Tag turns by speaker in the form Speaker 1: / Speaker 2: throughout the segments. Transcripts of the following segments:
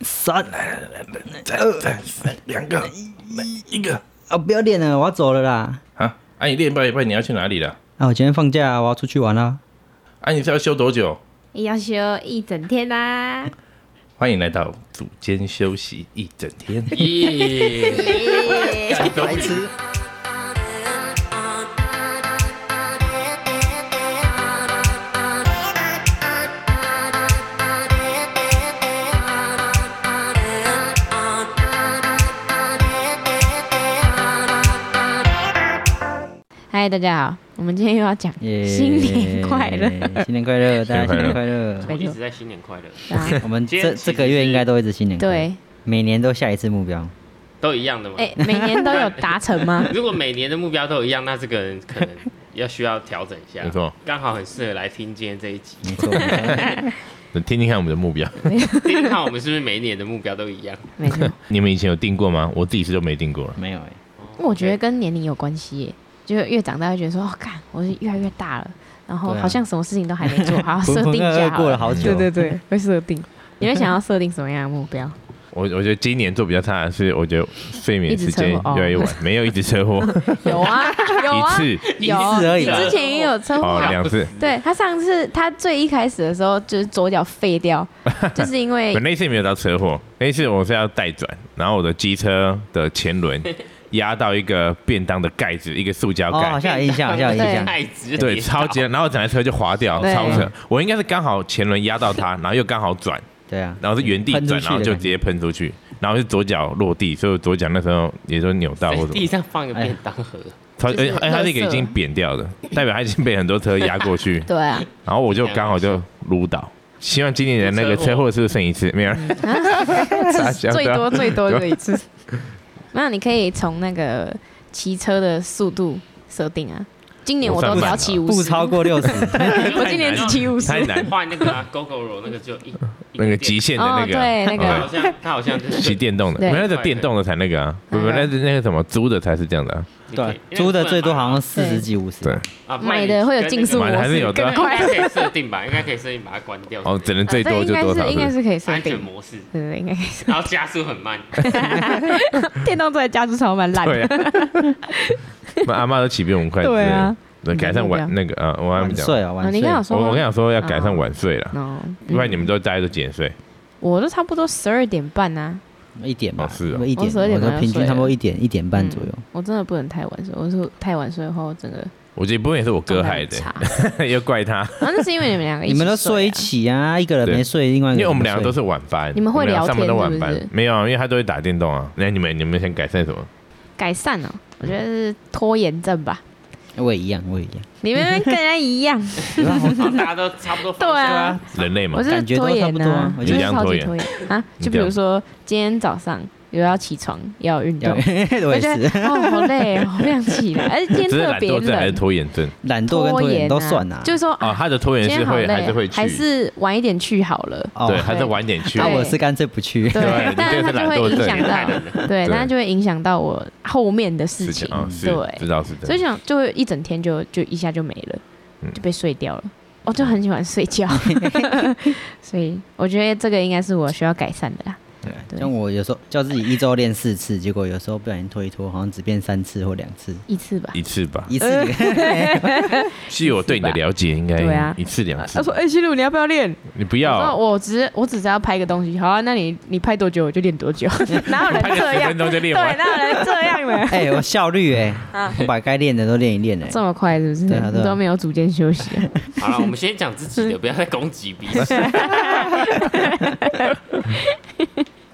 Speaker 1: 三、
Speaker 2: 二、哎两个，一个
Speaker 1: 啊，不要练了，我要走了啦。
Speaker 2: 啊！啊，你练一半一半，你要去哪里了？
Speaker 1: 啊，我今天放假，我要出去玩啦。
Speaker 2: 啊，你是要休多久？
Speaker 3: 要休一整天啊啦、
Speaker 2: 欢迎来到组间休息一整 天。
Speaker 4: 耶！
Speaker 1: 白痴，
Speaker 3: 嗨，大家好，我们今天又要讲新年快乐，
Speaker 1: 新年快乐，大家新年快乐。
Speaker 3: 没
Speaker 4: 一
Speaker 3: 错
Speaker 4: 直，在新年快乐，
Speaker 3: 对啊
Speaker 1: 我们
Speaker 4: 今
Speaker 1: 这
Speaker 4: 天其实
Speaker 1: 这个月应该都一直新年快乐，
Speaker 3: 对，
Speaker 1: 每年都下一次目标。
Speaker 4: 都一样的嘛。
Speaker 3: 哎、每年都有达成吗？
Speaker 4: 如果每年的目标都一样，那这个人可能要需要调整一下。
Speaker 2: 没错，
Speaker 4: 刚好很适合来听今天这一集，
Speaker 1: 没错，
Speaker 2: 你听听看我们的目标。
Speaker 4: 听听看我们是不是每一年的目标都一样。
Speaker 3: 没错，
Speaker 2: 你们以前有定过吗？我自己是都没定过了。
Speaker 1: 没有哎，
Speaker 3: 我觉得跟年龄有关系耶，就越长大会觉得说，哦，看我是越来越大了，然后
Speaker 1: 对啊
Speaker 3: 好像什么事情都还没做，好 好
Speaker 1: 浑
Speaker 3: 设
Speaker 1: 浑
Speaker 3: 定
Speaker 1: 噩
Speaker 3: 一
Speaker 1: 噩
Speaker 3: 下
Speaker 1: 过了好久
Speaker 3: 对对对，会设定。你会想要设定什么样的目标？
Speaker 2: 我我觉得今年做比较差的是，我觉得睡眠
Speaker 3: 一直
Speaker 2: 时间
Speaker 3: 车祸哦
Speaker 2: 越来越 晚，没有一直车祸，
Speaker 3: 有啊，有
Speaker 2: 一
Speaker 3: 啊，
Speaker 2: 次
Speaker 3: 有
Speaker 1: 一次而已
Speaker 3: 你
Speaker 1: 啦
Speaker 3: 之前也有车祸
Speaker 2: 哦
Speaker 3: 啊，
Speaker 2: 两 次，
Speaker 3: 对他上次他最一开始的时候就是左脚 废掉，就是因为
Speaker 2: 可那一次没有到车祸，那一次我是要带转，然后我的机车的前 轮压到一个便当的盖子，一个塑胶
Speaker 1: 哦，
Speaker 2: 盖。
Speaker 1: 好像有印象，好像有印象。
Speaker 4: 太直了，
Speaker 2: 对，超级，然后整台车就滑掉，
Speaker 3: 对
Speaker 2: 超扯。我应该是刚好前轮压到 它，然后又刚好转，
Speaker 1: 对啊，
Speaker 2: 然后是原地
Speaker 1: 喷出
Speaker 2: 转，
Speaker 1: 去
Speaker 2: 然后
Speaker 1: 的
Speaker 2: 就
Speaker 1: 感
Speaker 2: 直
Speaker 1: 觉
Speaker 2: 接喷出去，然后是左脚落地，所以我左脚那时候也就扭到
Speaker 4: 在
Speaker 2: 或者
Speaker 4: 地上放一个便当盒，
Speaker 2: 超，
Speaker 3: 就
Speaker 2: 而
Speaker 3: 是
Speaker 2: 而它
Speaker 3: 垃
Speaker 2: 哎那个已
Speaker 3: 圾，
Speaker 2: 经扁掉的，代表它已经被很多车压过去
Speaker 3: 对啊，
Speaker 2: 然后我就刚好就撸倒。希望今年的那个车祸是不是剩一次？没有， 傻笑
Speaker 3: 最多最多
Speaker 2: 对
Speaker 3: 的一次。 那你可以从那个骑车的速度设定啊。今年我都只要骑五
Speaker 1: 不
Speaker 3: 十，
Speaker 1: 超过六十，
Speaker 3: 哎我今年只骑五十
Speaker 2: 太。难了，
Speaker 4: 换那个啊 GoGo 那个就一
Speaker 2: 那 个极
Speaker 4: 极，
Speaker 2: 限的那个，啊
Speaker 3: 哦对那
Speaker 4: 它
Speaker 3: 个
Speaker 4: 好像它好像就
Speaker 2: 嗯骑
Speaker 4: 是
Speaker 2: 电动的，
Speaker 3: 对嗯
Speaker 2: 没有那个电动的才那个啊，不
Speaker 3: 对
Speaker 2: 不，那是那个什么租的才是这样的啊，
Speaker 1: 对，租的最多好像四十几五十。
Speaker 2: 对，
Speaker 4: 像
Speaker 3: 买的会有竞速
Speaker 2: 买的
Speaker 3: 模
Speaker 2: 还是
Speaker 3: 式
Speaker 2: 有，的啊
Speaker 3: 更快。
Speaker 4: 应该可以设定吧，应该可以设定把它关掉。
Speaker 2: 哦，只能最
Speaker 3: 对
Speaker 2: 多
Speaker 3: 啊应
Speaker 2: 就
Speaker 3: 该
Speaker 2: 多少
Speaker 3: 是应该
Speaker 2: 是？
Speaker 3: 是可以设
Speaker 4: 安全
Speaker 3: 定，
Speaker 4: 模式，
Speaker 3: 对对，应该可以设
Speaker 4: 然后加速很慢，
Speaker 3: 定。 电动车的加速超 蛮烂
Speaker 2: 对
Speaker 3: 的，
Speaker 2: 啊，那阿 妈都骑比我们快，
Speaker 3: 对啊，
Speaker 2: 对，改善晚
Speaker 3: 你
Speaker 2: 那个啊，我还没
Speaker 1: 晚
Speaker 2: 讲，
Speaker 1: 睡啊，晚
Speaker 3: 哦
Speaker 1: 睡
Speaker 3: 你。刚好说
Speaker 2: 我
Speaker 3: 吗，
Speaker 2: 我跟你说要改善晚睡了，
Speaker 3: 哦，嗯
Speaker 2: 不然你们都大家都几点睡？
Speaker 3: 我都差不多十二点半啊，
Speaker 1: 一点吧，
Speaker 2: 哦是哦
Speaker 1: 一点，
Speaker 3: 我12点
Speaker 1: 我说
Speaker 3: 半就
Speaker 1: 平均
Speaker 3: 睡
Speaker 1: 差不多
Speaker 3: 了
Speaker 1: 一点一点半左右。
Speaker 3: 嗯我真的不能太晚睡，我说太晚睡后整个
Speaker 2: 我觉得不会也是我哥
Speaker 3: 状态
Speaker 2: 害
Speaker 3: 很差
Speaker 2: 的，。 又怪他，
Speaker 3: 然后那是因为你们两 个，
Speaker 1: 你们都睡一
Speaker 3: 起
Speaker 1: 起
Speaker 3: 啊。
Speaker 1: 啊，一个人没睡，另外一个
Speaker 2: 因为
Speaker 1: 人
Speaker 2: 我们两个
Speaker 1: 不
Speaker 2: 都
Speaker 1: 睡
Speaker 2: 是晚班，
Speaker 3: 你们会
Speaker 2: 我俩
Speaker 3: 聊
Speaker 2: 上班都
Speaker 3: 天是
Speaker 2: 晚
Speaker 3: 不是
Speaker 2: 班，没有啊，因为他都会打电动啊。那你们你们想改善什么？
Speaker 3: 改善哦，我觉得是拖延症吧。
Speaker 1: 我也一样，我也一样。
Speaker 3: 你们跟人家一样，
Speaker 4: 然后大家都差不多。
Speaker 3: 对啊，
Speaker 2: 人类嘛
Speaker 3: 我，是
Speaker 1: 感觉都
Speaker 3: 拖
Speaker 1: 差
Speaker 3: 延
Speaker 1: 不多
Speaker 3: 啊
Speaker 1: 啊，
Speaker 3: 我
Speaker 1: 我
Speaker 3: 就
Speaker 1: 觉
Speaker 3: 是
Speaker 2: 得
Speaker 3: 超级
Speaker 2: 一样
Speaker 3: 拖延啊。
Speaker 2: 你
Speaker 3: 就比
Speaker 2: 这
Speaker 3: 如
Speaker 2: 样
Speaker 3: 说今天早上有要起床，要有运
Speaker 1: 要
Speaker 3: 动，
Speaker 1: 我
Speaker 3: 我
Speaker 1: 也
Speaker 3: 觉得
Speaker 1: 是，
Speaker 3: 哦好累哦，好不想起 来，而且今天
Speaker 2: 只是
Speaker 3: 特
Speaker 2: 懒
Speaker 3: 别
Speaker 2: 惰症还是
Speaker 3: 冷，
Speaker 2: 拖延症？
Speaker 1: 懒惰跟拖延
Speaker 3: 延
Speaker 1: 都算啊
Speaker 3: 啊，。就是说
Speaker 2: 哦，
Speaker 3: 啊，
Speaker 2: 他的拖
Speaker 3: 今
Speaker 2: 延是
Speaker 3: 天好
Speaker 2: 会
Speaker 3: 累，
Speaker 2: 还是会去，
Speaker 3: 还是晚一点去好 了。
Speaker 1: 哦
Speaker 2: 对，还是晚点去
Speaker 1: 啊，
Speaker 3: 对。
Speaker 1: 我是干脆不去。
Speaker 3: 对
Speaker 2: 对，
Speaker 3: 但
Speaker 2: 你这个
Speaker 3: 是它
Speaker 2: 是懒
Speaker 3: 就会
Speaker 2: 惰
Speaker 3: 影
Speaker 2: 症
Speaker 3: 响到，对，
Speaker 2: 对
Speaker 3: 但它就会影响到我后面的事
Speaker 2: 事
Speaker 3: 情
Speaker 2: 情啊，，是
Speaker 3: 对
Speaker 2: 知，道是这
Speaker 3: 所以
Speaker 2: 样。
Speaker 3: 想就会一整天就就一下就没了，
Speaker 2: 嗯
Speaker 3: 就被睡掉了。我就很喜欢睡 觉，所以我觉得这个应该是我需要改善的啦。对
Speaker 1: 像我有时候叫自己一周练四次，结果有时候不小心拖一拖，好像只变三次或两次，
Speaker 3: 一次吧。
Speaker 2: 一次吧，
Speaker 1: 一
Speaker 3: 呃
Speaker 1: 次 哎你看
Speaker 2: 据我对你的了解，应
Speaker 3: 对啊
Speaker 2: 该一次两次
Speaker 3: 他说：“。哎、西路，你要不要练？”
Speaker 2: 你不
Speaker 3: 我说：“
Speaker 2: 要
Speaker 3: 我只是我只是要拍个东西。好啊，那你你拍多久我就练多久。 哪有人
Speaker 2: 拍
Speaker 3: 这
Speaker 2: 个十
Speaker 3: 样
Speaker 2: 分？钟就
Speaker 3: 对，
Speaker 2: 练完，
Speaker 3: 哪有人这样 的？
Speaker 1: 哎，我效率 哎，我把该练的都练一练哎。
Speaker 3: 这啊么快是不是？
Speaker 1: 对啊对啊
Speaker 3: 你都没有组间休息、 啊。
Speaker 4: 好了，我们先讲自己的，不要再攻击彼 此。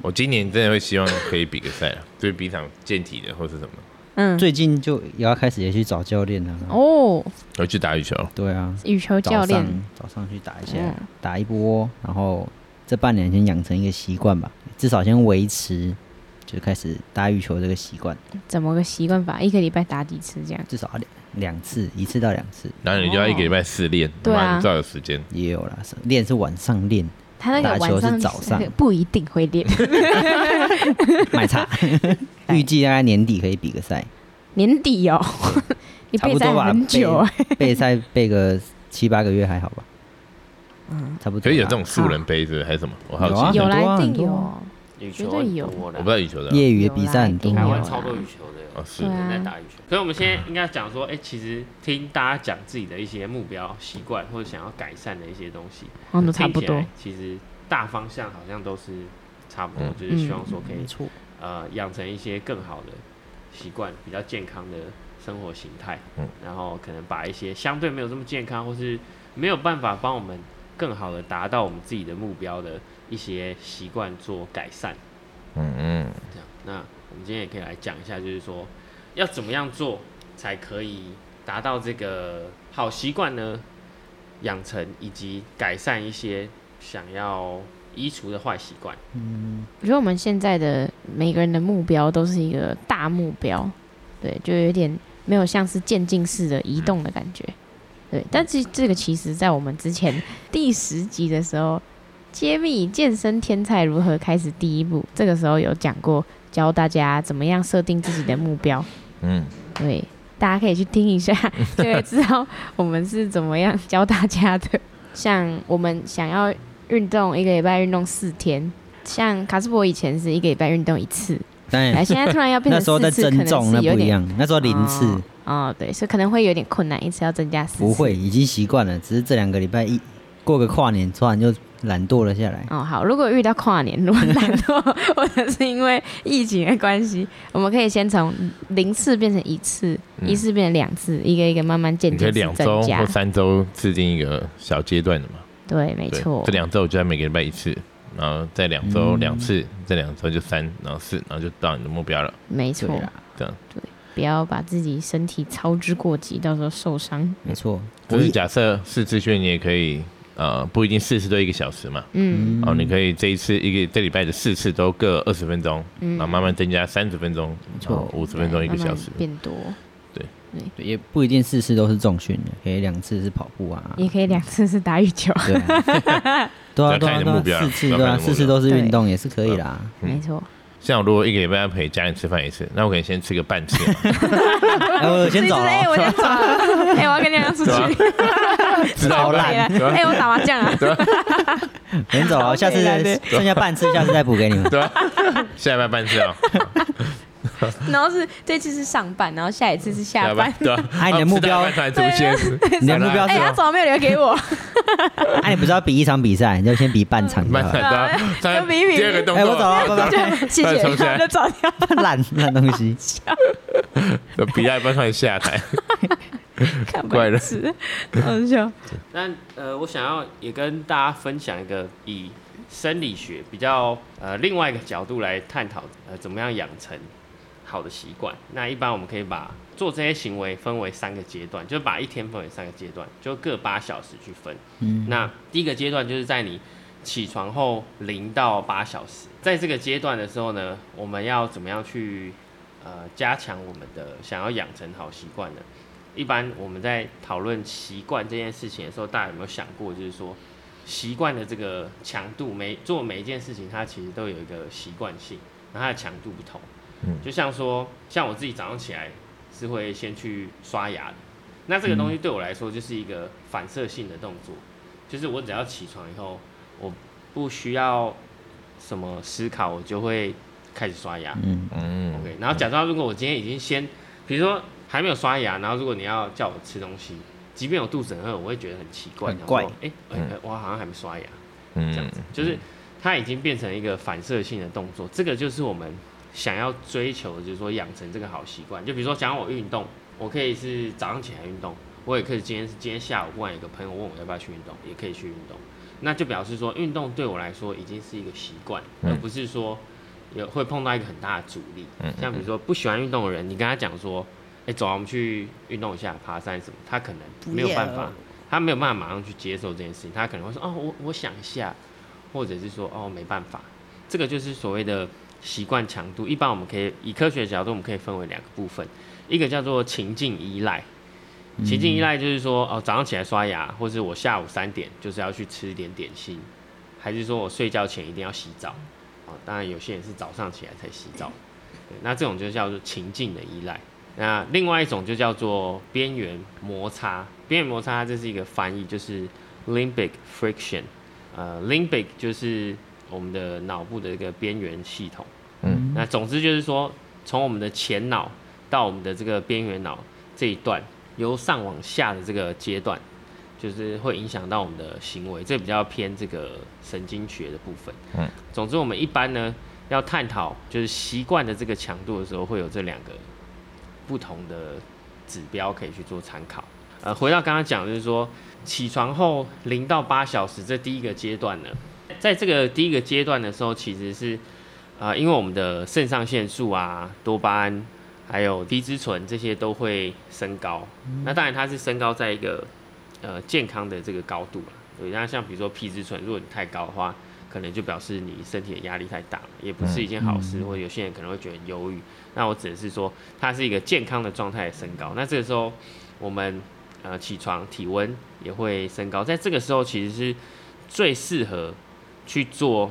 Speaker 2: 我今年真的会希望可以比个赛啊，就是比场健体的或是什么，
Speaker 3: 嗯，
Speaker 1: 最近就也要开始也去找教练了。
Speaker 3: 哦，
Speaker 2: 我去打羽球。
Speaker 1: 对啊，
Speaker 3: 羽球
Speaker 1: 早
Speaker 3: 教练
Speaker 1: 上早上去打一下
Speaker 3: 嗯，
Speaker 1: 打一波，然后这半年先养成一个习惯吧，至少先维持，就开始打羽球这个习惯，
Speaker 3: 怎么个习惯法？一个礼拜打几次这样？
Speaker 1: 至少要两两次，一次到两次
Speaker 2: 然后你就要一个礼拜四练，
Speaker 3: 对啊
Speaker 2: 妈你照有时间。
Speaker 1: 也有啦。是练是晚上练，
Speaker 3: 他那个
Speaker 1: 打球
Speaker 3: 晚
Speaker 1: 是
Speaker 3: 上
Speaker 1: 早上
Speaker 3: 那个 不一定会练，
Speaker 1: 买 茶，预计大概年底可以比个赛，
Speaker 3: 年底 哦，你
Speaker 1: 差
Speaker 3: 备
Speaker 1: 不
Speaker 3: 战
Speaker 1: 多吧，
Speaker 3: 很久啊。
Speaker 1: 备备赛备个七八个月还好吧，嗯，差不多啦。
Speaker 2: 可以有这种素人杯子还是什么？我好
Speaker 1: 有啊
Speaker 2: 奇。
Speaker 3: 有
Speaker 1: 很
Speaker 3: 啦，
Speaker 1: 多啊
Speaker 3: 一
Speaker 1: 很多
Speaker 3: 定有
Speaker 1: 啊。
Speaker 4: 羽
Speaker 3: 绝
Speaker 4: 球
Speaker 3: 对
Speaker 4: 很
Speaker 3: 有
Speaker 4: 多的
Speaker 2: 我不知道羽球的，
Speaker 1: 业余的比赛很多啊
Speaker 3: 有啦
Speaker 4: 台
Speaker 3: 一定有
Speaker 4: 湾超
Speaker 3: 啦
Speaker 4: 多羽球的，
Speaker 2: 哦是
Speaker 3: 对啊
Speaker 4: 人在打羽球。所以我们现在应该讲说，哎、其实听大家讲自己的一些目标、习惯或者想要改善的一些东西，
Speaker 3: 好像都哦差不
Speaker 4: 听起
Speaker 3: 多
Speaker 4: 来。其实大方向好像都是差不多，
Speaker 2: 嗯
Speaker 4: 就是希望说可以
Speaker 1: 没错，
Speaker 4: 呃养成一些更好的习惯，比较健康的生活形态，
Speaker 2: 嗯，
Speaker 4: 然后可能把一些相对没有这么健康或是没有办法帮我们更好的达到我们自己的目标的一些习惯做改善，
Speaker 2: 嗯嗯，
Speaker 4: 这样。那我们今天也可以来讲一下，就是说要怎么样做才可以达到这个好习惯呢？养成以及改善一些想要移除的坏习惯。
Speaker 3: 我觉得我们现在的每个人的目标都是一个大目标，对，就有点没有像是渐进式的移动的感觉，对。但是这个其实在我们之前第十集的时候，揭秘健身天才如何开始第一步，这个时候有讲过，教大家怎么样设定自己的目标，
Speaker 2: 嗯，
Speaker 3: 对，大家可以去听一下， 就会知道我们是怎么样教大家的。像我们想要运动，一个礼拜运动四天，像卡斯伯以前是一个礼拜运动 一次，
Speaker 1: 当
Speaker 3: 然后
Speaker 1: 然
Speaker 3: 现在突然要哎变
Speaker 1: 那
Speaker 3: 成
Speaker 1: 时候在
Speaker 3: 四次，可
Speaker 1: 增重
Speaker 3: 能
Speaker 1: 那
Speaker 3: 是有
Speaker 1: 不一
Speaker 3: 点
Speaker 1: 样，那时候零次
Speaker 3: 哦哦，对，所以可能会有点困难，一次要增加四次。
Speaker 1: 不会，已经习惯了，只是这两个礼拜一过个跨年，突然就懒惰了下来。
Speaker 3: 哦，好，如果遇到跨年如果懒惰，或者是因为疫情的关系，我们可以先从零次变成一次，
Speaker 2: 嗯
Speaker 3: 一次变成两次，一个一个慢慢渐
Speaker 2: 你可以
Speaker 3: 进
Speaker 2: 两
Speaker 3: 式
Speaker 2: 周
Speaker 3: 增加
Speaker 2: 或。三周制定一个小阶段的嘛，
Speaker 3: 对，没
Speaker 2: 对
Speaker 3: 错，
Speaker 2: 这两周我就要每个礼拜一次，然后再两周
Speaker 1: 嗯
Speaker 2: 两次，再两周就三，然后四，然后就到你的目标了。
Speaker 3: 没错。
Speaker 1: 对啦，
Speaker 2: 这样
Speaker 3: 不要把自己身体操之过急，到时候受伤。
Speaker 1: 没错，
Speaker 2: 不是假设四次训，你也可以，呃，不一定四次都一个小时嘛，
Speaker 3: 嗯，
Speaker 2: 哦，你可以这一次一个这礼拜的四次都各二十分钟，然后慢慢增加三十分钟，
Speaker 1: 嗯错
Speaker 2: 五十分钟一个
Speaker 3: 嗯慢慢
Speaker 2: 小时，
Speaker 3: 变多，
Speaker 1: 对也不一定四次都是重训的，可以两次是跑步啊，
Speaker 3: 也可以两次是打羽球。
Speaker 1: 对啊， 对啊，对
Speaker 2: 只要看
Speaker 1: 啊，
Speaker 2: 你的
Speaker 1: 对啊
Speaker 2: 目标
Speaker 1: 四次
Speaker 2: 只要
Speaker 1: 对啊，
Speaker 2: 看你的目标
Speaker 1: 四次都是运动也是可以啦。
Speaker 2: 嗯
Speaker 3: 没错，
Speaker 2: 像我如果一个礼拜要陪家人吃饭一次，那我可以先吃个半次啊嘛，
Speaker 1: 哎， 我先走
Speaker 3: 所以就是哎，我
Speaker 1: 了，
Speaker 3: 先走了， 哎，我要跟亮亮出去，
Speaker 2: 对啊
Speaker 1: 超
Speaker 3: 可以
Speaker 1: 烂，
Speaker 3: 了哎，我打麻将啊，
Speaker 1: 先走了，下次再
Speaker 3: 对
Speaker 1: 剩下半次，下次再补给 你们。
Speaker 2: 对吧？ 下礼拜半次哦，
Speaker 3: 然后是这次是上班，然后下一次是
Speaker 2: 下啊
Speaker 3: 下
Speaker 2: 礼拜
Speaker 3: 班。
Speaker 2: 对吧？
Speaker 1: 哎你的目标
Speaker 2: 哦吃到一半突然出现，
Speaker 1: 你的目标
Speaker 3: 哎，
Speaker 1: 是
Speaker 3: 他
Speaker 1: 哦，
Speaker 3: 怎么没有留给我？
Speaker 1: 哎，你不是要比一场比赛，你就先比半场就
Speaker 2: 慢
Speaker 1: 好
Speaker 2: 慢
Speaker 1: 了。
Speaker 2: 的，再
Speaker 3: 就比一比
Speaker 2: 第二个动
Speaker 1: 哎哎，我走
Speaker 2: 作，
Speaker 1: 了，拜拜。
Speaker 3: 谢谢，
Speaker 2: 重新来
Speaker 3: 然后就走掉。
Speaker 1: 烂烂东 西，
Speaker 2: 就啊比到一半突然下台，
Speaker 3: 看
Speaker 2: 怪人
Speaker 3: 白痴，好笑。
Speaker 4: 那呃，我想要也跟大家分享一个以生理学比较呃另外一个角度来探讨呃怎么样养成好的习惯。那一般我们可以把做这些行为分为三个阶段，就把一天分为三个阶段，就各八小时去分。
Speaker 1: 嗯，
Speaker 4: 那第一个阶段就是在你起床后零到八小时，在这个阶段的时候呢，我们要怎么样去呃加强我们的想要养成好习惯呢？一般我们在讨论习惯这件事情的时候，大家有没有想过，就是说习惯的这个强度，每做每一件事情，它其实都有一个习惯性，然后它的强度不同。
Speaker 2: 嗯
Speaker 4: 就像说，像我自己早上起来是会先去刷牙的，那这个东西对我来说就是一个反射性的动作，就是我只要起床以后，我不需要什么思考，我就会开始刷牙。
Speaker 1: 嗯，
Speaker 2: 嗯
Speaker 4: OK，然后假装如果我今天已经先，比如说还没有刷牙，然后如果你要叫我吃东西，即便我肚子很饿，我会觉得很奇怪，
Speaker 1: 很怪
Speaker 4: 哎哎、诶
Speaker 2: 嗯
Speaker 4: 诶我好像还没刷牙，这样
Speaker 2: 嗯
Speaker 4: 子，就是它已经变成一个反射性的动作，这个就是我们想要追求的，就是说养成这个好习惯。就比如说，想要我运动，我可以是早上起来运动，我也可以今天今天下午，忽然有个朋友问我要不要去运动，也可以去运动，那就表示说运动对我来说已经是一个习惯，
Speaker 2: 嗯
Speaker 4: 而不是说有会碰到一个很大的阻力
Speaker 2: 嗯嗯。
Speaker 4: 像比如说不喜欢运动的人，你跟他讲说，哎、走啊，我们去运动一下，爬山什么，他可能没有办法。他没有办法马上去接受这件事情，他可能会说哦，我我想一下，或者是说哦没办法，这个就是所谓的习惯强度。一般我们可以以科学的角度，我们可以分为两个部分，一个叫做情境依赖。情境依赖就是说哦，早上起来刷牙，或是我下午三点就是要去吃一点点心，还是说我睡觉前一定要洗澡。哦，当然有些人是早上起来才洗澡，对那这种就叫做情境的依赖。那另外一种就叫做边缘摩擦，边缘摩擦这是一个翻译，就是 limbic friction。呃，limbic 就是我们的脑部的一个边缘系统。
Speaker 2: 嗯
Speaker 4: 那总之就是说，从我们的前脑到我们的这个边缘脑这一段，由上往下的这个阶段，就是会影响到我们的行为，这比较偏这个神经学的部分。
Speaker 2: 嗯，
Speaker 4: 总之我们一般呢要探讨就是习惯的这个强度的时候，会有这两个不同的指标可以去做参考。呃，回到刚刚讲，就是说起床后零到八小时这第一个阶段呢，在这个第一个阶段的时候，其实是啊、因为我们的肾上腺素啊、多巴胺，还有低脂醇这些都会升高。那当然它是升高在一个呃健康的这个高度了。对，那像比如说皮质醇，如果你太高的话，可能就表示你身体的压力太大了，也不是一件好事，或者有些人可能会觉得忧郁。那我只是说，它是一个健康的状态升高。那这个时候我们呃起床，体温也会升高，在这个时候其实是最适合去做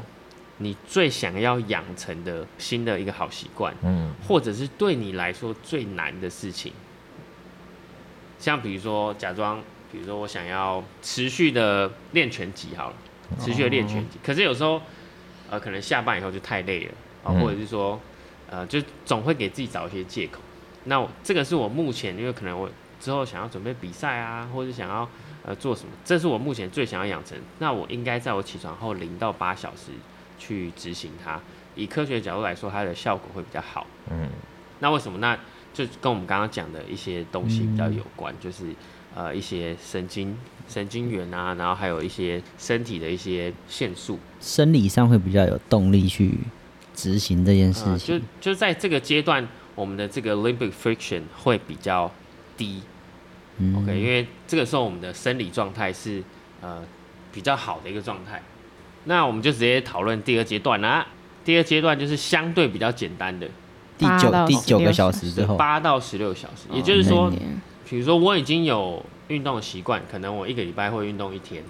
Speaker 4: 你最想要养成的新的一个好习惯，
Speaker 2: 嗯
Speaker 4: 或者是对你来说最难的事情。像比如说，假装，比如说我想要持续的练拳击好了，持续的练拳击。可是有时候，呃，可能下班以后就太累了，啊、
Speaker 2: 嗯
Speaker 4: 或者是说，呃，就总会给自己找一些借口。那我这个是我目前，因为可能我之后想要准备比赛啊，或者想要呃做什么，这是我目前最想要养成。那我应该在我起床后零到八小时去执行它。以科学角度来说，它的效果会比较好。
Speaker 2: 嗯
Speaker 4: 那为什么？那就跟我们刚刚讲的一些东西比较有关，就是呃一些神经神经元啊，然后还有一些身体的一些腺素，
Speaker 1: 生理上会比较有动力去执行这件事
Speaker 4: 嗯，就
Speaker 2: 啊
Speaker 1: 情。
Speaker 4: 就在这个阶段，我们的这个 limbic friction 会比较低、
Speaker 1: 嗯
Speaker 4: o k 因为这个时候我们的生理状态是呃比较好的一个状态。那我们就直接讨论第二阶段啦、第二阶段就是相对比较简单的，
Speaker 1: 第
Speaker 3: 八
Speaker 1: 九
Speaker 3: 到
Speaker 1: 第
Speaker 3: 十
Speaker 1: 九
Speaker 3: 六
Speaker 1: 个小
Speaker 3: 小
Speaker 1: 时哦之后，
Speaker 4: 八到十六小时，也就是说
Speaker 1: 那一
Speaker 3: 年
Speaker 4: 比如说我已经有运动的习惯，可能我一个礼拜会运动一天，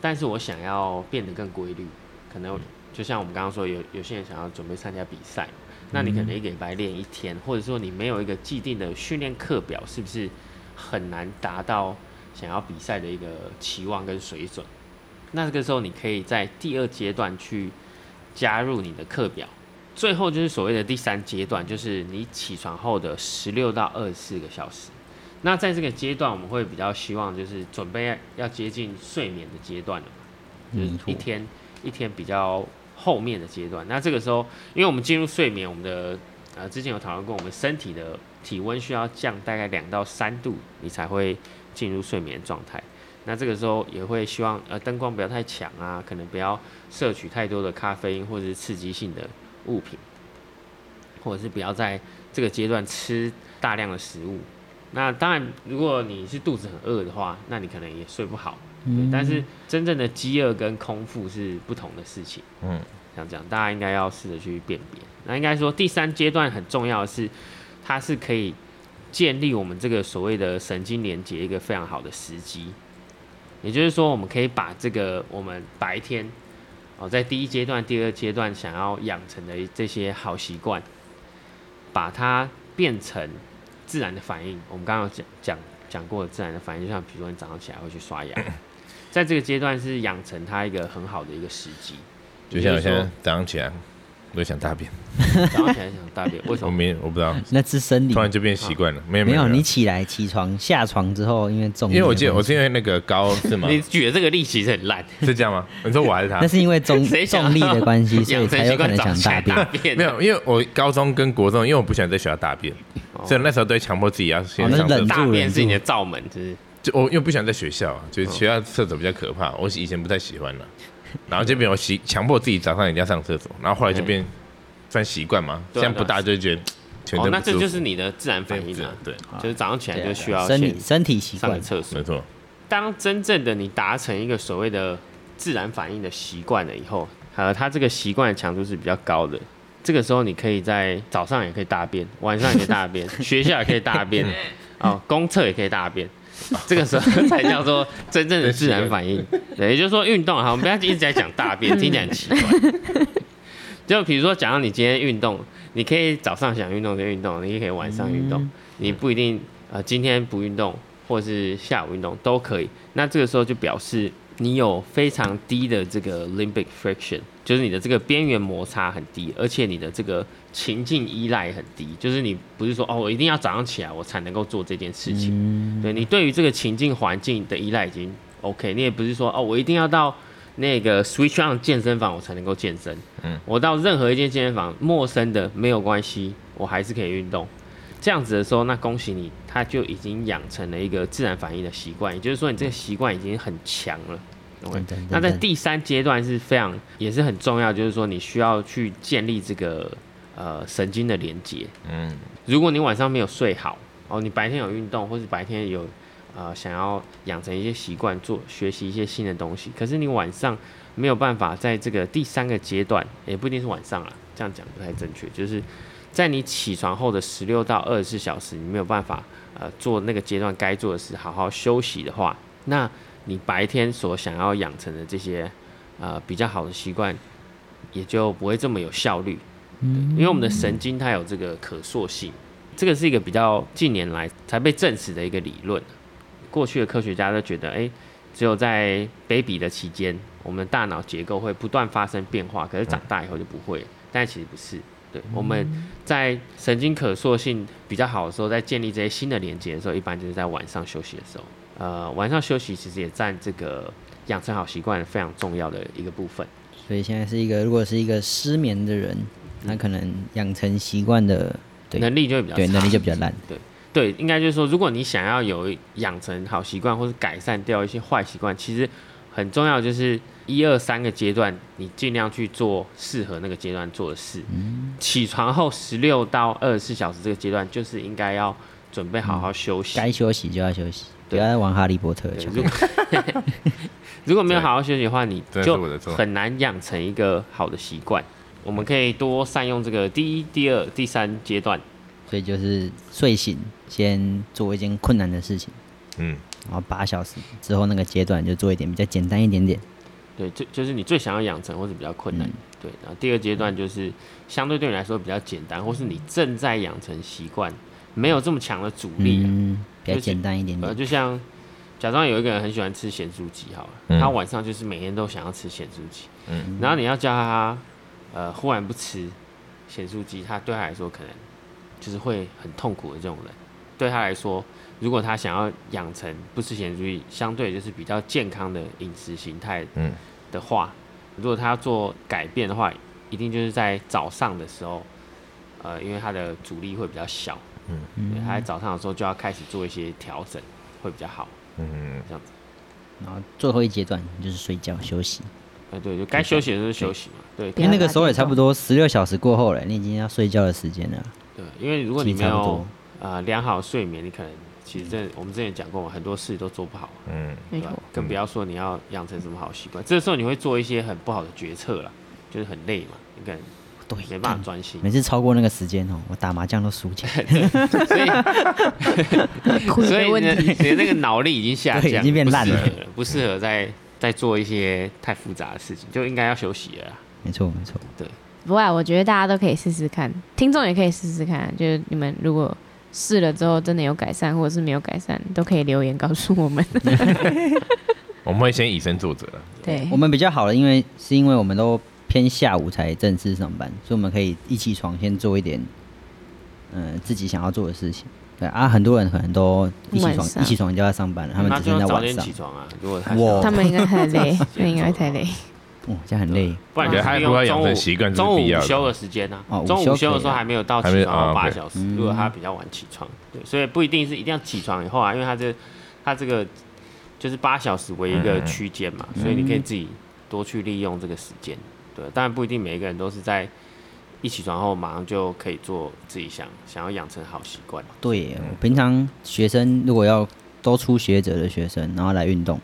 Speaker 4: 但是我想要变得更规律，可能就像我们刚刚说，有有些人想要准备参加比赛，那你可能一个礼拜练一天，或者说你没有一个既定的训练课表，是不是很难达到想要比赛的一个期望跟水准？那这个时候你可以在第二阶段去加入你的课表。最后就是所谓的第三阶段，就是你起床后的十六到二十四个小时。那在这个阶段，我们会比较希望就是准备要接近睡眠的阶段了哦嘛，就是
Speaker 1: 嗯没错
Speaker 4: 一天一天比较后面的阶段。那这个时候，因为我们进入睡眠，我们的呃之前有讨论过，我们身体的体温需要降大概两到三度，你才会进入睡眠状态。那这个时候也会希望呃灯光不要太强啊，可能不要摄取太多的咖啡因或者是刺激性的物品，或者是不要在这个阶段吃大量的食物。那当然，如果你是肚子很饿的话，那你可能也睡不好。
Speaker 1: 嗯
Speaker 4: 对，但是真正的饥饿跟空腹是不同的事情。
Speaker 2: 嗯，
Speaker 4: 想讲，大家应该要试着去辨别。那应该说第三阶段很重要的是，它是可以建立我们这个所谓的神经连接一个非常好的时机。也就是说，我们可以把这个我们白天哦，在第一阶段、第二阶段想要养成的这些好习惯，把它变成自然的反应。我们刚刚有讲讲讲过的自然的反应，就像比如说你早上起来会去 刷牙，在这个阶段是养成它一个很好的一个时机。
Speaker 2: 就像我
Speaker 4: 也是
Speaker 2: 现
Speaker 4: 说
Speaker 2: 在早上起来，我就想大便，
Speaker 4: 早上起来想大便，为
Speaker 2: 我
Speaker 4: 什么？
Speaker 2: 没我不知道，
Speaker 1: 那是生理
Speaker 2: 突。然就变习惯了。没有
Speaker 1: 没
Speaker 2: 有
Speaker 1: 有，你起来起床下床之后，因为
Speaker 4: 哦
Speaker 1: 重力
Speaker 2: 因
Speaker 1: 的关
Speaker 2: 为我
Speaker 1: 系，
Speaker 2: 记得我是因为那个高是
Speaker 1: 嗯
Speaker 2: 吗？
Speaker 4: 你举的这个例其实很烂，
Speaker 2: 是这样吗？你说我还是他
Speaker 1: 那？是因为重
Speaker 4: 谁想
Speaker 1: 重力的关 系，所以
Speaker 4: 养成
Speaker 1: 才有
Speaker 4: 习
Speaker 1: 可
Speaker 4: 惯
Speaker 1: 能
Speaker 4: 早上
Speaker 1: 想
Speaker 4: 起
Speaker 1: 大
Speaker 4: 来
Speaker 1: 便。
Speaker 4: 大便
Speaker 2: 没有，因为我高中跟国中，因为我不喜欢在学校大便，
Speaker 4: 哦
Speaker 2: 所以那时候对强迫自己要
Speaker 1: 哦
Speaker 2: 先
Speaker 1: 那是
Speaker 2: 上厕
Speaker 1: 忍
Speaker 2: 所。
Speaker 4: 大便是你的罩门，就是
Speaker 2: 就哦我因为不喜欢在学校啊，就是学校厕所比较可怕，我以前不太喜欢了、然后这边我习强迫自己早上一定要上厕所，然后后来就变算习惯嘛，
Speaker 4: 对
Speaker 2: 现
Speaker 4: 啊
Speaker 2: 在不大就觉得全
Speaker 4: 哦
Speaker 2: 身，不
Speaker 4: 那
Speaker 2: 舒
Speaker 4: 这
Speaker 2: 服。
Speaker 4: 就是你的自然反应
Speaker 2: 对
Speaker 4: 啊，
Speaker 2: 对，
Speaker 4: 就是早上起来
Speaker 1: 对啊
Speaker 4: 就需要
Speaker 1: 生
Speaker 4: 先
Speaker 1: 理身体习
Speaker 4: 上个
Speaker 1: 惯，
Speaker 4: 厕所。
Speaker 2: 没错，
Speaker 4: 当真正的你达成一个所谓的自然反应的习惯了以后，呃，它这个习惯的强度是比较高的。这个时候你可以在早上也可以大便，晚上也可以大便，学校也可以大便，哦，公厕也可以大便。哦这个时候才叫做真正的自然反应。对，也就是说运动哈，我们不要一直在讲大便，听起来很奇怪。就比如说，假如你今天运动，你可以早上想运动就运动，你也可以晚上运动，你不一定呃今天不运动，或是下午运动都可以。那这个时候就表示你有非常低的这个 limbic friction，就是你的这个边缘摩擦很低，而且你的这个情境依赖很低，就是你不是说哦，我一定要早上起来我才能够做这件事情，
Speaker 1: 嗯，
Speaker 4: 对你对于这个情境环境的依赖已经 OK，你也不是说哦，我一定要到那个 Switch On 健身房我才能够健身，
Speaker 2: 嗯，
Speaker 4: 我到任何一间健身房陌生的没有关系，我还是可以运动。这样子的时候，那恭喜你，他就已经养成了一个自然反应的习惯，也就是说你这个习惯已经很强了。OK，
Speaker 1: 等等
Speaker 4: 那
Speaker 1: 等
Speaker 4: 在
Speaker 1: 等，
Speaker 4: 第三阶段是非常也是很重要，就是说你需要去建立这个呃神经的连接，
Speaker 2: 嗯，
Speaker 4: 如果你晚上没有睡好，哦，你白天有运动，或是白天有呃想要养成一些习惯，做学习一些新的东西，可是你晚上没有办法在这个第三个阶段，也不一定是晚上啊，这样讲不太正确，就是在你起床后的十六到二十四小时，你没有办法呃做那个阶段该做的事，好好休息的话，那你白天所想要养成的这些呃比较好的习惯，也就不会这么有效率。因为我们的神经它有这个可塑性，这个是一个比较近年来才被证实的一个理论。过去的科学家都觉得，哎、只有在 baby 的期间，我们的大脑结构会不断发生变化，可是长大以后就不会了。但其实不是，对，我们在神经可塑性比较好的时候，在建立这些新的连接的时候，一般就是在晚上休息的时候。呃，晚上休息其实也占这个养成好习惯非常重要的一个部分。
Speaker 1: 所以现在是一个，如果是一个失眠的人，他可能养成习惯的，对
Speaker 4: 能力就会比较
Speaker 1: 对能力
Speaker 4: 差
Speaker 1: 就比较烂。
Speaker 4: 对，应该就是说，如果你想要有养成好习惯，或是改善掉一些坏习惯，其实很重要就是一二三个阶段，你尽量去做适合那个阶段做的事。
Speaker 1: 嗯
Speaker 4: 起床后十六到二十四小时这个阶段，就是应该要准备好好休息。
Speaker 1: 该休息就要休息，不
Speaker 4: 对
Speaker 1: 要再玩哈利波特了。
Speaker 4: 对
Speaker 1: 小
Speaker 4: 如果 如果没有好好休息的话，你
Speaker 2: 真的是
Speaker 4: 就
Speaker 2: 我的错
Speaker 4: 很难养成一个好的习惯。我们可以多善用这个第一、第二、第三阶段。
Speaker 1: 所以就是睡醒先做一件困难的事情，
Speaker 2: 嗯，
Speaker 1: 然后八小时之后那个阶段就做一点比较简单一点点。
Speaker 4: 对，就就是你最想要养成或是比较困难。对，然后第二阶段就是相对对你来说比较简单，或是你正在养成习惯，没有这么强的阻力、啊。
Speaker 1: 嗯，比较
Speaker 4: 就是
Speaker 1: 简单一点
Speaker 4: 呃，
Speaker 1: 点。
Speaker 4: 就像假装有一个人很喜欢吃咸酥鸡，好了，
Speaker 2: 嗯
Speaker 4: 他晚上就是每天都想要吃咸酥鸡，
Speaker 2: 嗯
Speaker 4: 然后你要叫他呃忽然不吃咸酥鸡，他对他来说可能就是会很痛苦的这种人，对他来说。如果他想要养成不吃咸酥鸡，相对就是比较健康的饮食形态
Speaker 2: 嗯
Speaker 4: 的话，如果他要做改变的话，一定就是在早上的时候，呃，因为他的阻力会比较小，
Speaker 2: 嗯
Speaker 4: 对，他在早上的时候就要开始做一些调整，会比较好。
Speaker 2: 嗯，
Speaker 1: 然后最后一阶段就是睡觉休息，嗯
Speaker 4: 哎，对，就该休息的时候休息嘛，对，
Speaker 3: 不
Speaker 1: 因
Speaker 3: 要
Speaker 1: 为
Speaker 4: 对，
Speaker 1: 那个时候也差不多十六小时过后了，你已经要睡觉的时间了。
Speaker 4: 因为如果你没
Speaker 1: 其实差不
Speaker 4: 有
Speaker 1: 多
Speaker 4: 呃良好的睡眠，你可能其实真的我们之前讲过嘛，很多事都做不好，
Speaker 2: 嗯，
Speaker 3: 没
Speaker 4: 对吧
Speaker 3: 错，？
Speaker 4: 更不要说你要养成什么好习惯，这时候你会做一些很不好的决策了，就是很累嘛，你可能
Speaker 1: 对，
Speaker 4: 没办法
Speaker 1: 干
Speaker 4: 专心。
Speaker 1: 每次超过那个时间哦，我打麻将都输钱，
Speaker 4: 所 以，
Speaker 3: 苦
Speaker 4: 所
Speaker 3: 的
Speaker 4: 以
Speaker 3: 问
Speaker 4: 呢，
Speaker 3: 题
Speaker 4: 你的那个脑力已经下
Speaker 1: 对
Speaker 4: 降，
Speaker 1: 已经变烂了
Speaker 4: 不适合不适合再再做一些太复杂的事情，就应该要休息了啦。
Speaker 1: 没错没错。
Speaker 3: 不会啊，我觉得大家都可以试试看，听众也可以试试看啊。就是你们如果试了之后真的有改善，或者是没有改善，都可以留言告诉我们。
Speaker 2: 我们会先以身作则了，
Speaker 3: 对
Speaker 1: 我，们比较好的，因为是因为我们都偏下午才正式上班，所以我们可以一起床先做一点，嗯、自己想要做的事情。对啊，很多人可能都一起
Speaker 3: 晚
Speaker 1: 床
Speaker 3: 上
Speaker 1: 一起嗯床就要上班了，他们
Speaker 4: 那
Speaker 1: 只
Speaker 4: 嗯就
Speaker 1: 剩在
Speaker 4: 早
Speaker 1: 晚
Speaker 4: 点
Speaker 1: 上
Speaker 4: 起，床啊！如果他
Speaker 1: 哇
Speaker 3: 他们应该太累，他们应该 太累。
Speaker 1: 哦，这样很累。
Speaker 4: 不然就
Speaker 2: 还
Speaker 4: 是
Speaker 2: 不要
Speaker 4: 用
Speaker 2: 养
Speaker 4: 中
Speaker 2: 成
Speaker 4: 午
Speaker 2: 习惯是
Speaker 4: 中
Speaker 2: 必
Speaker 4: 午
Speaker 2: 要的
Speaker 4: 午休的时间呢
Speaker 1: 哦午？休
Speaker 4: 中午午休
Speaker 1: 可
Speaker 4: 的
Speaker 1: 以
Speaker 4: 时候
Speaker 1: 啊
Speaker 4: 还没有到
Speaker 2: 还没
Speaker 4: 起床
Speaker 2: 哦
Speaker 4: 后八
Speaker 2: ，OK
Speaker 4: 小时，如果他比较晚起床，对，所以不一定是一定要起床以后啊，因为他这他这个就是八小时为一个
Speaker 2: 嗯嗯
Speaker 4: 区间嘛，所以你可以自己多去利用这个时间。对，当然不一定每一个人都是在一起床后马上就可以做自己想想要养成好习惯。
Speaker 1: 对耶，我平常学生如果要都初学者的学生，然后来运动，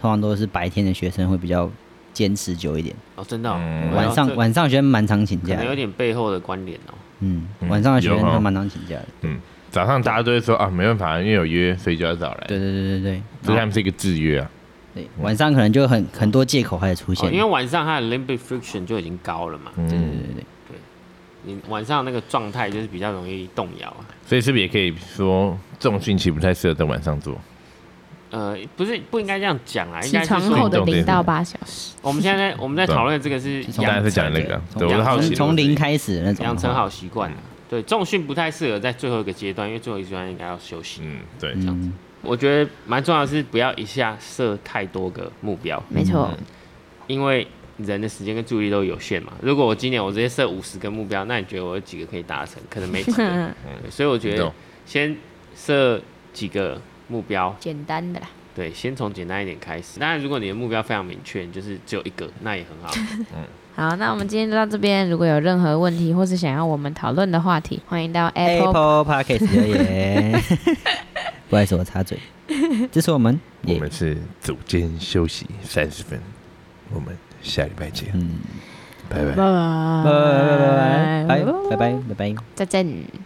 Speaker 1: 通常都是白天的学生会比较坚持久一点，
Speaker 4: 哦，真的哦
Speaker 2: 嗯，
Speaker 4: 我要
Speaker 1: 晚上
Speaker 4: 这
Speaker 1: 晚上学生蛮常请
Speaker 4: 可
Speaker 1: 假
Speaker 4: 能有
Speaker 1: 的，
Speaker 4: 点啊背后的关联哦。
Speaker 1: 嗯，
Speaker 2: 嗯
Speaker 1: 晚上的学生
Speaker 2: 有哦
Speaker 1: 他蛮常请假的。
Speaker 2: 早上大家都会说啊，没办法，因为有约，所以就要早来，
Speaker 1: 对对对对对，
Speaker 2: 这他们是一个制约啊，
Speaker 1: 对，晚上可能就很很多借口开始出现
Speaker 4: 哦
Speaker 1: 了，
Speaker 4: 因为晚上他的 limbic friction 就已经高了嘛，
Speaker 1: 对对
Speaker 2: 嗯，
Speaker 1: 对对，
Speaker 4: 你晚上那个状态就是比较容易动摇啊。
Speaker 2: 所以是不是也可以说，重训其实不太适合在晚上做？
Speaker 4: 呃，不是不应该这样讲啊啦，应
Speaker 3: 起
Speaker 4: 该是
Speaker 3: 床后
Speaker 4: 说
Speaker 3: 的零到八小时，
Speaker 4: 我们现在在我们在讨论这个是
Speaker 1: 起
Speaker 2: 当
Speaker 1: 床
Speaker 2: 然
Speaker 4: 养
Speaker 2: 是讲那个，对我
Speaker 4: 养
Speaker 2: 是好
Speaker 1: 从
Speaker 2: 奇，
Speaker 1: 从零开始的那种的话，
Speaker 4: 养成好习惯啊对，重训不太适合在最后一个阶段，因为最后一个阶段应该要休息。
Speaker 2: 嗯，对，
Speaker 1: 嗯，
Speaker 4: 我觉得蛮重要的是不要一下设太多个目标，
Speaker 3: 没错，
Speaker 4: 因为人的时间跟注意力都有限嘛。如果我今年我直接设五十个目标，那你觉得我有几个可以达成？可能嗯没 几个。对所以我觉
Speaker 2: 懂
Speaker 4: 得先设几个目标，
Speaker 3: 简单的啦，
Speaker 4: 对，先从简单一点开始。当然，如果你的目标非常明确，你就是只有一个，那也很好。
Speaker 3: 好，那我们今天就到这边。如果有任何问题或是想要我们讨论的话题，欢迎到 Apple
Speaker 1: Apple Podcast 留言。不好意思，我插嘴。支持我们，
Speaker 2: 我
Speaker 1: 也
Speaker 2: 们是组间休息三十分，我们下礼拜见，
Speaker 1: 嗯，
Speaker 2: 拜拜。
Speaker 1: 拜拜拜拜拜拜拜拜。
Speaker 3: 再见。